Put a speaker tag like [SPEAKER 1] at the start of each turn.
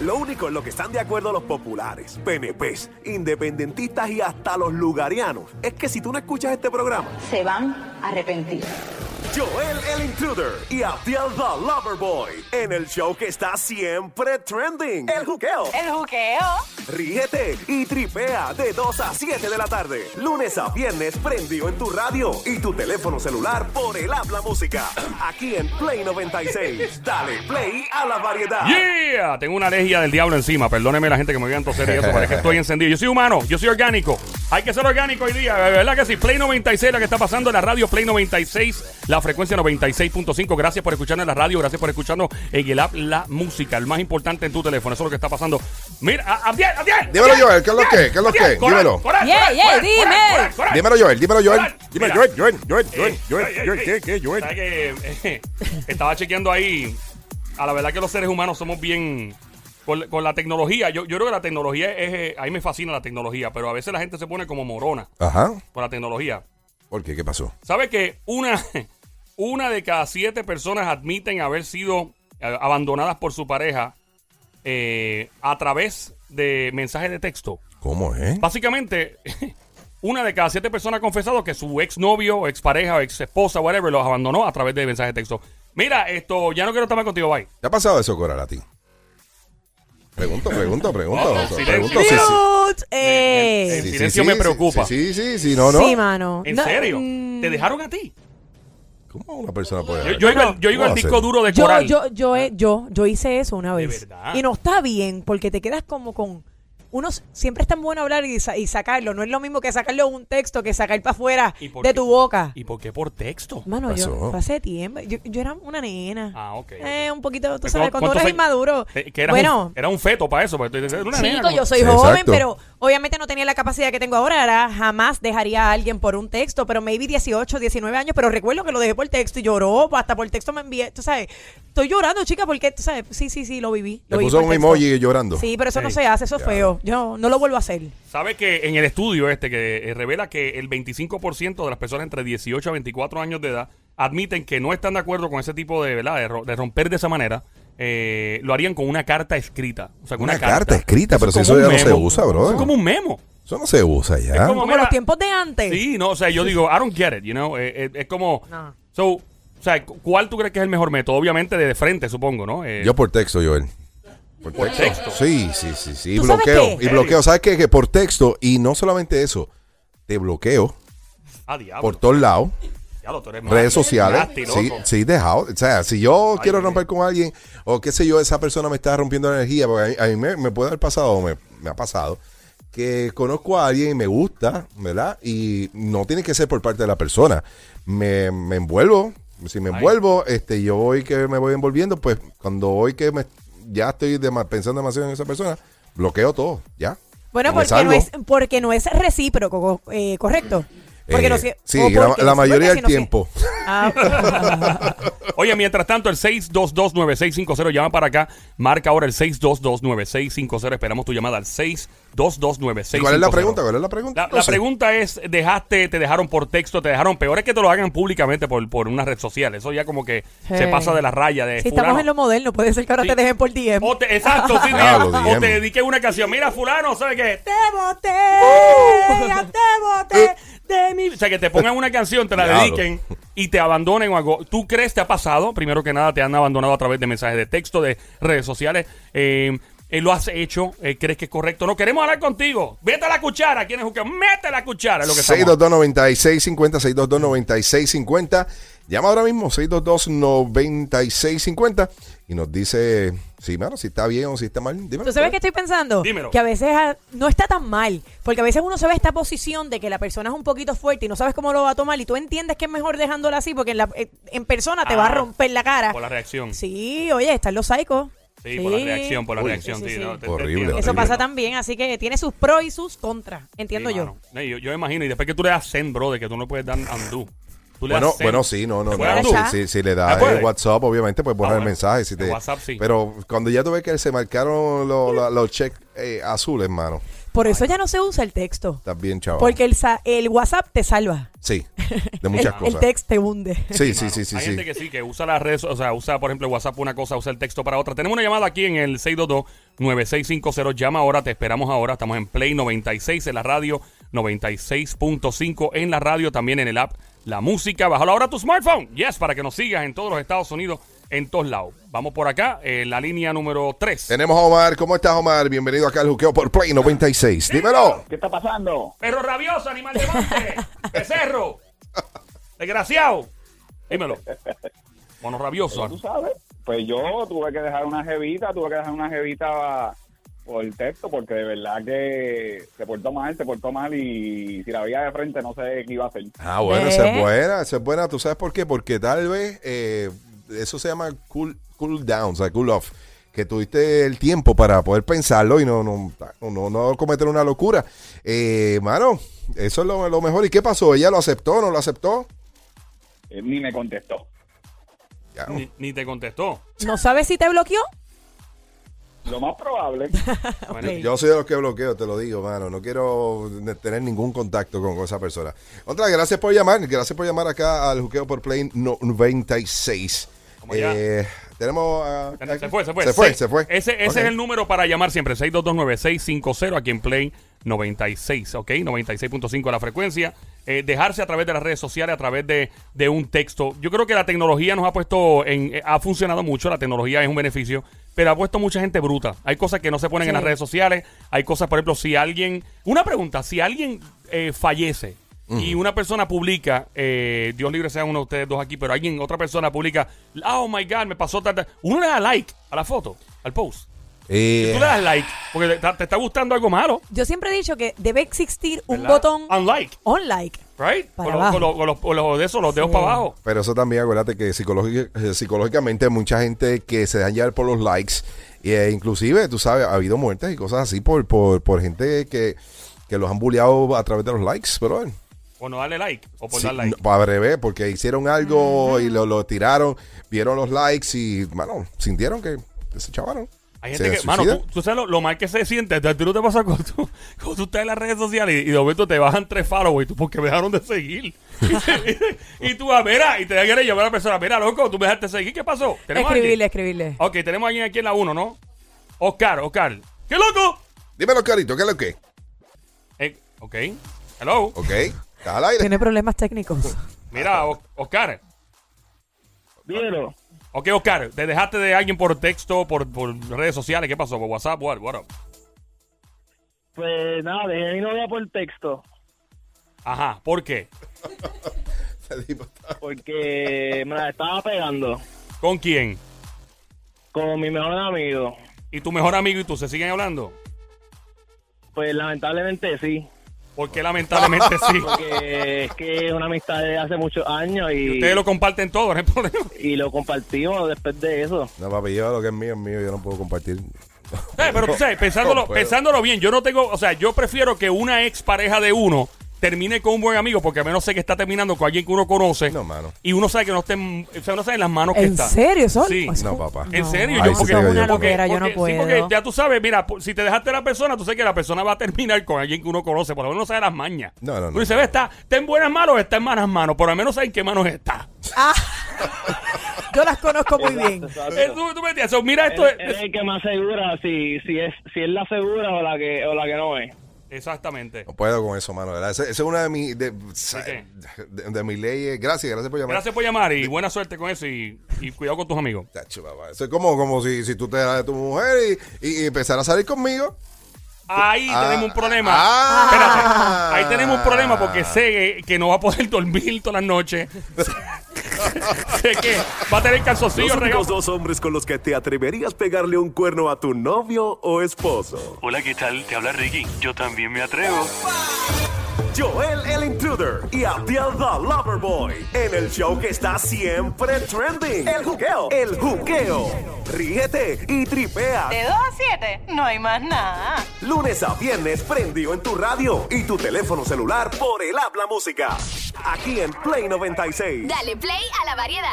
[SPEAKER 1] Lo único en lo que están de acuerdo los populares, PNPs, independentistas y hasta los lugarianos es que si tú no escuchas este programa,
[SPEAKER 2] se van a arrepentir.
[SPEAKER 1] Joel el Intruder y Abdiel the Loverboy en el show que está siempre trending, El Juqueo.
[SPEAKER 3] El juqueo.
[SPEAKER 1] Ríete y tripea de 2 a 7 de la tarde, lunes a viernes prendido en tu radio y tu teléfono celular por el habla música. Aquí en Play 96, dale play a la variedad.
[SPEAKER 4] Yeah, tengo una alergia del diablo encima. Perdóneme la gente que me vean toser y eso, pero es que estoy encendido. Yo soy humano, yo soy orgánico. Hay que ser orgánico hoy día, ¿verdad que sí? Play 96, lo que está pasando en la radio Play 96, la frecuencia 96.5. Gracias por escucharnos en la radio, gracias por escucharnos en el app La Música, el más importante en tu teléfono. Eso es lo que está pasando. Mira, a- Abdiel, Abdiel.
[SPEAKER 5] Dímelo,
[SPEAKER 4] Abdiel,
[SPEAKER 5] Joel, ¿qué es lo
[SPEAKER 4] Abdiel,
[SPEAKER 5] que? ¿Qué es lo que?
[SPEAKER 4] Abdiel, Coral,
[SPEAKER 5] Dímelo.
[SPEAKER 4] Coral,
[SPEAKER 3] Yeah,
[SPEAKER 4] Coral,
[SPEAKER 3] yeah,
[SPEAKER 4] Coral,
[SPEAKER 3] dime.
[SPEAKER 4] Coral, Coral.
[SPEAKER 5] Dímelo, Joel, dímelo, Joel.
[SPEAKER 4] Joel,
[SPEAKER 5] Dímelo,
[SPEAKER 4] mira.
[SPEAKER 5] Joel, Joel, Joel, Joel,
[SPEAKER 4] Eh,
[SPEAKER 5] Joel,
[SPEAKER 4] ay, ay,
[SPEAKER 5] Joel,
[SPEAKER 4] ay.
[SPEAKER 5] ¿qué, qué, Joel?
[SPEAKER 4] ¿Sabes que, eh, estaba chequeando ahí. A la verdad que los seres humanos somos bien. Con, con la tecnología, yo, yo creo que la tecnología es. eh, a mí me fascina la tecnología, pero a veces la gente se pone como morona
[SPEAKER 5] Ajá.
[SPEAKER 4] con la tecnología.
[SPEAKER 5] ¿Por qué? ¿Qué pasó?
[SPEAKER 4] ¿Sabe que una, una de cada siete personas admiten haber sido eh, abandonadas por su pareja eh, a través de mensajes de texto?
[SPEAKER 5] ¿Cómo eh? es?
[SPEAKER 4] Básicamente, una de cada siete personas ha confesado que su exnovio, expareja, o ex esposa, whatever, los abandonó a través de mensajes de texto. Mira, esto, ya no quiero estar más contigo, bye.
[SPEAKER 5] ¿Te ha pasado eso, Coral, a ti? Pregunto, pregunto, pregunto.
[SPEAKER 4] Oh, silencio.
[SPEAKER 5] pregunto sí, sí.
[SPEAKER 6] Cute, eh.
[SPEAKER 4] El silencio me preocupa.
[SPEAKER 5] Sí, sí, sí, sí, no, no.
[SPEAKER 6] Sí, mano.
[SPEAKER 4] ¿En
[SPEAKER 6] No,
[SPEAKER 4] serio?
[SPEAKER 6] mm,
[SPEAKER 4] ¿Te dejaron a ti?
[SPEAKER 5] ¿Cómo una persona puede
[SPEAKER 4] Yo, yo, iba- yo iba al
[SPEAKER 5] ¿Cómo
[SPEAKER 4] disco
[SPEAKER 5] hacer?
[SPEAKER 4] duro de
[SPEAKER 6] Yo,
[SPEAKER 4] Coral.
[SPEAKER 6] yo, yo, he- yo, yo hice eso una vez.
[SPEAKER 4] Ah. verdad?
[SPEAKER 6] Y no está bien, porque te quedas como con. Unos siempre es tan bueno hablar y, sa- y sacarlo. No es lo mismo que sacarlo un texto que sacar para afuera
[SPEAKER 4] ¿Y
[SPEAKER 6] de
[SPEAKER 4] por qué?
[SPEAKER 6] tu boca.
[SPEAKER 4] ¿Y por qué por texto?
[SPEAKER 6] Mano,
[SPEAKER 5] Pasó.
[SPEAKER 6] yo pasé tiempo. Yo, yo era una nena.
[SPEAKER 4] Ah, ok, Pues ok.
[SPEAKER 6] Eh, un poquito, tú
[SPEAKER 4] ¿Cu-
[SPEAKER 6] sabes, cuando
[SPEAKER 4] cuántos años-
[SPEAKER 6] eres inmaduro.
[SPEAKER 4] Eh, Que era,
[SPEAKER 6] bueno,
[SPEAKER 4] un, era un feto para eso. pero tú dices, era una nena,
[SPEAKER 6] Chico,
[SPEAKER 4] como-
[SPEAKER 6] yo soy
[SPEAKER 5] Sí,
[SPEAKER 6] joven,
[SPEAKER 5] exacto.
[SPEAKER 6] pero obviamente no tenía la capacidad que tengo ahora. Ahora jamás dejaría a alguien por un texto, pero maybe 18, 19 años. Pero recuerdo que lo dejé por texto y lloró, hasta por texto me envié. Tú sabes, estoy llorando, chica, porque tú sabes, sí, sí, sí, lo viví.
[SPEAKER 5] Le
[SPEAKER 6] lo viví
[SPEAKER 5] puso
[SPEAKER 6] por
[SPEAKER 5] un
[SPEAKER 6] texto.
[SPEAKER 5] emoji llorando.
[SPEAKER 6] Sí, pero eso no
[SPEAKER 4] Ey.
[SPEAKER 6] se hace, eso es feo. Yo no lo vuelvo a hacer.
[SPEAKER 4] ¿Sabe que en el estudio este que eh, revela que el 25% de las personas entre 18 a 24 años de edad admiten que no están de acuerdo con ese tipo de, ¿verdad? De, ro- de romper de esa manera, eh, lo harían con una carta escrita. O sea, con una,
[SPEAKER 5] Una carta escrita, pero si
[SPEAKER 4] es como
[SPEAKER 5] eso ya
[SPEAKER 4] un
[SPEAKER 5] no se
[SPEAKER 4] memo.
[SPEAKER 5] usa, brother.
[SPEAKER 4] Eso Es como un memo.
[SPEAKER 5] Eso no se usa ya.
[SPEAKER 4] como-
[SPEAKER 6] Como
[SPEAKER 4] mira,
[SPEAKER 6] los tiempos de antes.
[SPEAKER 4] Sí, no, o sea, yo digo, I don't get it, you know. Eh, eh, es como...
[SPEAKER 6] No.
[SPEAKER 4] So, o sea, cu- ¿cuál tú crees que es el mejor método? Obviamente de, de frente, supongo, ¿no? Eh,
[SPEAKER 5] Yo por texto, Joel. Por
[SPEAKER 4] texto.
[SPEAKER 5] Sí, sí, sí, sí. Y
[SPEAKER 6] ¿Tú sabes
[SPEAKER 5] bloqueo.
[SPEAKER 6] qué?
[SPEAKER 5] Y bloqueo. ¿Sabes qué? Que por texto, y no solamente eso, te bloqueo
[SPEAKER 4] ah, diablo.
[SPEAKER 5] por todos lados,
[SPEAKER 4] diablo, tú eres más-
[SPEAKER 5] redes sociales.
[SPEAKER 4] nasty, loco.
[SPEAKER 5] Sí, sí, dejado. O sea, si yo quiero
[SPEAKER 4] Dios.
[SPEAKER 5] romper con alguien, o qué sé yo, esa persona me está rompiendo la energía, porque a mí, a mí me, me puede haber pasado, o me, me ha pasado, que conozco a alguien y me gusta, ¿verdad? Y no tiene que ser por parte de la persona. Me, me envuelvo. Si me envuelvo, este, yo voy que me voy envolviendo, pues cuando voy que me, ya estoy dema- pensando demasiado en esa persona, bloqueo todo, ya.
[SPEAKER 6] Bueno,
[SPEAKER 5] Y me
[SPEAKER 6] porque no,
[SPEAKER 5] salgo.
[SPEAKER 6] es, porque no es recíproco, co- eh, correcto. Porque
[SPEAKER 5] Eh,
[SPEAKER 6] no se-
[SPEAKER 5] sí,
[SPEAKER 6] o porque
[SPEAKER 5] la, la
[SPEAKER 6] sí,
[SPEAKER 5] mayoría
[SPEAKER 6] porque
[SPEAKER 5] del
[SPEAKER 6] si no se-
[SPEAKER 5] tiempo.
[SPEAKER 6] Ah,
[SPEAKER 4] Oye, mientras tanto, el 6229650 llama para acá. Marca ahora el 6229650. Esperamos tu llamada al 6229650.
[SPEAKER 5] ¿Y ¿Cuál es la pregunta? ¿Cuál es la pregunta?
[SPEAKER 4] La,
[SPEAKER 5] No
[SPEAKER 4] la
[SPEAKER 5] sé.
[SPEAKER 4] pregunta es, dejaste, te dejaron por texto, te dejaron, peor es que te lo hagan públicamente por, por una red social, eso ya como que
[SPEAKER 6] Sí.
[SPEAKER 4] se pasa de la raya de
[SPEAKER 6] si estamos
[SPEAKER 4] fulano.
[SPEAKER 6] en lo moderno, puede ser que ahora
[SPEAKER 4] Sí.
[SPEAKER 6] te dejen por 10.
[SPEAKER 4] O te- exacto, sí, mira,
[SPEAKER 5] Ah, lo
[SPEAKER 4] o
[SPEAKER 5] DM.
[SPEAKER 4] te dediqué una canción, mira fulano, ¿sabes qué?
[SPEAKER 6] Te boté,
[SPEAKER 4] ¡Oh!
[SPEAKER 6] ya te boté de mi...
[SPEAKER 4] O sea, que te pongan una canción, te la
[SPEAKER 5] Diablo.
[SPEAKER 4] dediquen y te abandonen o algo. ¿Tú crees te ha pasado? Primero que nada, te han abandonado a través de mensajes de texto, de redes sociales. Eh, eh, ¿Lo has hecho? Eh, ¿Crees que es correcto? No, queremos hablar contigo. Vete a la cuchara. ¿Quién es Juque? Mete la cuchara. Es lo que estamos.
[SPEAKER 5] 622-9650, 622-9650. Llama ahora mismo, 622-9650. Y nos dice, sí, mano, si está bien o si está mal. Dímelo.
[SPEAKER 6] ¿Tú sabes qué estoy pensando?
[SPEAKER 4] Dímelo.
[SPEAKER 6] Que a veces ah, no está tan mal, porque a veces uno se ve esta posición de que la persona es un poquito fuerte y no sabes cómo lo va a tomar y tú entiendes que es mejor dejándola así porque en, la- eh, en persona te va a
[SPEAKER 4] Ah,
[SPEAKER 6] romper la cara.
[SPEAKER 4] Por la reacción. Sí,
[SPEAKER 6] Sí, oye, están los psicos.
[SPEAKER 4] por la reacción, por la
[SPEAKER 5] Uy.
[SPEAKER 4] reacción.
[SPEAKER 6] Sí,
[SPEAKER 4] sí,
[SPEAKER 6] sí,
[SPEAKER 4] no, te-
[SPEAKER 6] sí.
[SPEAKER 4] te
[SPEAKER 5] Horrible,
[SPEAKER 4] entiendo.
[SPEAKER 5] horrible.
[SPEAKER 6] Eso pasa también, así que tiene sus pros y sus contras, entiendo
[SPEAKER 4] Sí,
[SPEAKER 6] yo.
[SPEAKER 4] mano. No, yo. Yo me imagino, y después que tú le das send, bro, de que tú no puedes dar undo. Tú le
[SPEAKER 5] Bueno,
[SPEAKER 4] das send.
[SPEAKER 5] bueno, sí, no, no,
[SPEAKER 4] ¿Te acuerdas
[SPEAKER 5] no.
[SPEAKER 4] tú?
[SPEAKER 5] Si, si- si le
[SPEAKER 4] ¿Te
[SPEAKER 5] das
[SPEAKER 4] acuerdas?
[SPEAKER 5] el WhatsApp, obviamente, pues borrar el
[SPEAKER 4] Ah, bueno.
[SPEAKER 5] mensaje. Si
[SPEAKER 4] El
[SPEAKER 5] te,
[SPEAKER 4] WhatsApp, sí.
[SPEAKER 5] Pero cuando ya tú ves que se marcaron los, los, los cheques eh, azules, hermano,
[SPEAKER 6] Por eso ya no se usa el texto,
[SPEAKER 5] estás bien, chaval.
[SPEAKER 6] porque el, sa- el WhatsApp te salva.
[SPEAKER 5] Sí, de muchas
[SPEAKER 6] el,
[SPEAKER 5] cosas.
[SPEAKER 6] texto te hunde.
[SPEAKER 5] Sí, sí, sí, sí.
[SPEAKER 4] Hay
[SPEAKER 5] sí.
[SPEAKER 4] gente que sí, que usa las redes, o sea, usa, por ejemplo, WhatsApp para una cosa, usa el texto para otra. Tenemos una llamada aquí en el 622 9650. Llama ahora, te esperamos ahora. Estamos en Play 96 en la radio, 96.5 en la radio, también en el app La Música. Bájalo ahora a tu smartphone. Yes, para que nos sigas en todos los Estados Unidos, en todos lados. Vamos por acá, eh, la línea número 3.
[SPEAKER 5] Tenemos a Omar. ¿Cómo estás, Omar? Bienvenido acá al Juqueo por
[SPEAKER 6] Ah.
[SPEAKER 5] Play 96. Dímelo.
[SPEAKER 3] ¿Qué está pasando?
[SPEAKER 4] Perro rabioso, animal de monte, becerro, desgraciado. Dímelo. Mono rabioso.
[SPEAKER 3] Tú sabes, pues yo tuve que dejar una jevita, tuve que dejar una jevita por texto porque de verdad que se portó mal, se portó mal y si la veía de frente no sé qué iba a hacer.
[SPEAKER 5] Ah, bueno, esa es
[SPEAKER 6] ¿Eh?
[SPEAKER 5] buena, esa es buena. ¿Tú sabes por qué? Porque tal vez eh, eso se llama cool, cool down, o sea, cool off. Que tuviste el tiempo para poder pensarlo y no, no, no, no cometer una locura. Eh, mano, eso es lo, lo mejor. ¿Y qué pasó? ¿Ella lo aceptó no lo aceptó?
[SPEAKER 3] Él Eh, ni me contestó.
[SPEAKER 5] Ya, no.
[SPEAKER 4] Ni, ni te contestó.
[SPEAKER 6] ¿No sabes si te bloqueó?
[SPEAKER 3] Lo más probable,
[SPEAKER 4] Bueno,
[SPEAKER 6] Ok.
[SPEAKER 5] Yo soy de los que bloqueo, te lo digo, mano. No quiero tener ningún contacto con esa persona. Otra, gracias por llamar. Gracias por llamar acá al Juqueo por Play no- 96.
[SPEAKER 4] Como ya.
[SPEAKER 5] Eh, tenemos. a-
[SPEAKER 4] Se fue, se fue.
[SPEAKER 5] Se fue,
[SPEAKER 4] Sí.
[SPEAKER 5] se fue.
[SPEAKER 4] Ese, ese
[SPEAKER 5] Ok.
[SPEAKER 4] es el número para llamar siempre, 6229650 aquí en Play 96, ¿ok? 96.5 la frecuencia. Eh, dejarse a través de las redes sociales, a través de, de un texto. Yo creo que la tecnología nos ha puesto en... eh, ha funcionado mucho, la tecnología es un beneficio, pero ha puesto mucha gente bruta. Hay cosas que no se ponen en
[SPEAKER 6] Sí.
[SPEAKER 4] las redes sociales, hay cosas, por ejemplo, si alguien... Una pregunta, si alguien eh, fallece y una persona publica, eh, Dios libre sea uno de ustedes dos aquí, pero alguien, otra persona publica, oh my God, me pasó tal, tal. Uno le da like a la foto, al post.
[SPEAKER 5] Eh,
[SPEAKER 4] Tú le das like porque te, te está gustando algo malo.
[SPEAKER 6] Yo siempre he dicho que debe existir un
[SPEAKER 4] ¿verdad? Ah.
[SPEAKER 6] botón
[SPEAKER 4] Unlike,
[SPEAKER 6] on like.
[SPEAKER 4] right?
[SPEAKER 6] Para
[SPEAKER 4] Con los-
[SPEAKER 6] abajo.
[SPEAKER 4] con los- con los- con los de esos, los dedos
[SPEAKER 6] Sí.
[SPEAKER 4] para abajo.
[SPEAKER 5] Pero eso también, acuérdate que psicológica- eh, psicológicamente mucha gente que se dejan llevar por los likes, e inclusive, tú sabes, ha habido muertes y cosas así por, por, por gente que, que los han bulleado a través de los likes, pero
[SPEAKER 4] O no darle like, o por
[SPEAKER 5] Sí,
[SPEAKER 4] dar like.
[SPEAKER 5] no, para breve, porque hicieron algo y lo, lo tiraron, vieron los likes y, mano, sintieron que se chavaron.
[SPEAKER 4] Hay gente
[SPEAKER 5] Se
[SPEAKER 4] que, mano,
[SPEAKER 5] suicida.
[SPEAKER 4] tú, tú sabes lo, lo mal que se siente. Tú no te pasa cuando tú, cuando tú estás en las redes sociales y, y de momento te bajan tres followers y tú, porque me dejaron de seguir. y tú, ah, mira, y te quieres llamar a la persona, mira, loco, tú me dejaste seguir, ¿qué pasó? ¿Tenemos a
[SPEAKER 6] Escribirle,
[SPEAKER 4] alguien?
[SPEAKER 6] escribirle.
[SPEAKER 4] Ok, tenemos a alguien aquí en la 1, ¿no? Oscar, Oscar. ¡Qué loco!
[SPEAKER 5] Dímelo, carito, ¿qué es lo que?
[SPEAKER 4] Eh, ok, hello.
[SPEAKER 5] Ok, Ah, estás al aire.
[SPEAKER 6] Tiene problemas técnicos.
[SPEAKER 4] Mira, O- Oscar.
[SPEAKER 3] pero
[SPEAKER 4] Ok, Oscar, te dejaste de alguien por texto, por, por redes sociales, ¿qué pasó? ¿Por WhatsApp? What, what up?
[SPEAKER 7] Pues nada, dejé a mi novia por texto,
[SPEAKER 4] Ajá, ¿por qué?
[SPEAKER 5] Ese tipo está-
[SPEAKER 7] porque me la estaba pegando
[SPEAKER 4] ¿Con quién?
[SPEAKER 7] con mi mejor amigo.
[SPEAKER 4] ¿Y tu mejor amigo y tú se siguen hablando?
[SPEAKER 7] Pues lamentablemente sí,
[SPEAKER 4] Porque lamentablemente sí.
[SPEAKER 7] porque es que es una amistad de hace muchos años y,
[SPEAKER 4] Ustedes lo comparten todo, no hay problema.
[SPEAKER 7] y lo compartimos después de eso.
[SPEAKER 5] No, papi, yo lo que es mío es mío, yo no puedo compartir.
[SPEAKER 4] Eh, pero tú sabes, pensándolo,
[SPEAKER 5] No puedo.
[SPEAKER 4] pensándolo bien, yo no tengo, o sea, yo prefiero que una ex pareja de uno termine con un buen amigo, porque al menos sé que está terminando con alguien que uno conoce.
[SPEAKER 5] No, mano.
[SPEAKER 4] Y uno sabe que no estén, o sea, uno sabe en las manos que
[SPEAKER 6] ¿En
[SPEAKER 4] está.
[SPEAKER 6] serio, Sol?
[SPEAKER 4] Sí.
[SPEAKER 6] Eso-
[SPEAKER 5] No, papá.
[SPEAKER 4] En serio,
[SPEAKER 5] Ahí
[SPEAKER 4] yo
[SPEAKER 5] sí
[SPEAKER 4] porque,
[SPEAKER 5] se ve
[SPEAKER 4] porque-
[SPEAKER 5] yo,
[SPEAKER 6] una
[SPEAKER 5] porque-
[SPEAKER 6] loquera, yo no
[SPEAKER 4] porque-
[SPEAKER 6] puedo.
[SPEAKER 4] sí, porque ya tú sabes, mira, por- si te dejaste a la persona, tú sabes que la persona va a terminar con alguien que uno conoce, por lo menos sabe las mañas.
[SPEAKER 5] No, no, no.
[SPEAKER 4] Uno dice, ve, está, está en buenas manos, o está en malas manos, por lo menos sabe en qué manos está.
[SPEAKER 6] Ah. yo las conozco muy bien.
[SPEAKER 4] Eh, tú, tú me entiendes, o mira esto.
[SPEAKER 7] Él- él es el que más asegura si, si es si es la segura o la que o la que no es.
[SPEAKER 4] Exactamente.
[SPEAKER 5] No puedo con eso, mano. ¿verdad? Esa esa es una de mis de,
[SPEAKER 4] qué?
[SPEAKER 5] de- de mis leyes. Gracias, gracias por llamar.
[SPEAKER 4] Gracias por llamar y buena suerte con eso y, y cuidado con tus amigos.
[SPEAKER 5] Tacho, papá. Eso es como, como si, si tú te das de tu mujer y, y- y empezar a salir conmigo.
[SPEAKER 4] Ahí
[SPEAKER 5] Ah,
[SPEAKER 4] tenemos un problema.
[SPEAKER 5] ah.
[SPEAKER 4] Espérate. Ahí tenemos un problema porque sé que no va a poder dormir todas las noches. sé que va a tener
[SPEAKER 1] Los
[SPEAKER 4] calzoncillos
[SPEAKER 1] únicos
[SPEAKER 4] regados.
[SPEAKER 1] dos hombres con los que te atreverías pegarle un cuerno a tu novio o esposo.
[SPEAKER 8] Hola, ¿qué tal? Te habla Ricky. Yo también me atrevo.
[SPEAKER 1] Joel el Intruder y Abdiel the Loverboy. En el show que está siempre trending. El juqueo. El juqueo. Ríete y tripea.
[SPEAKER 9] De 2 a 7, no hay más nada.
[SPEAKER 1] Lunes a viernes prendido en tu radio y tu teléfono celular por el habla música. Aquí en Play 96.
[SPEAKER 10] Dale play a la variedad.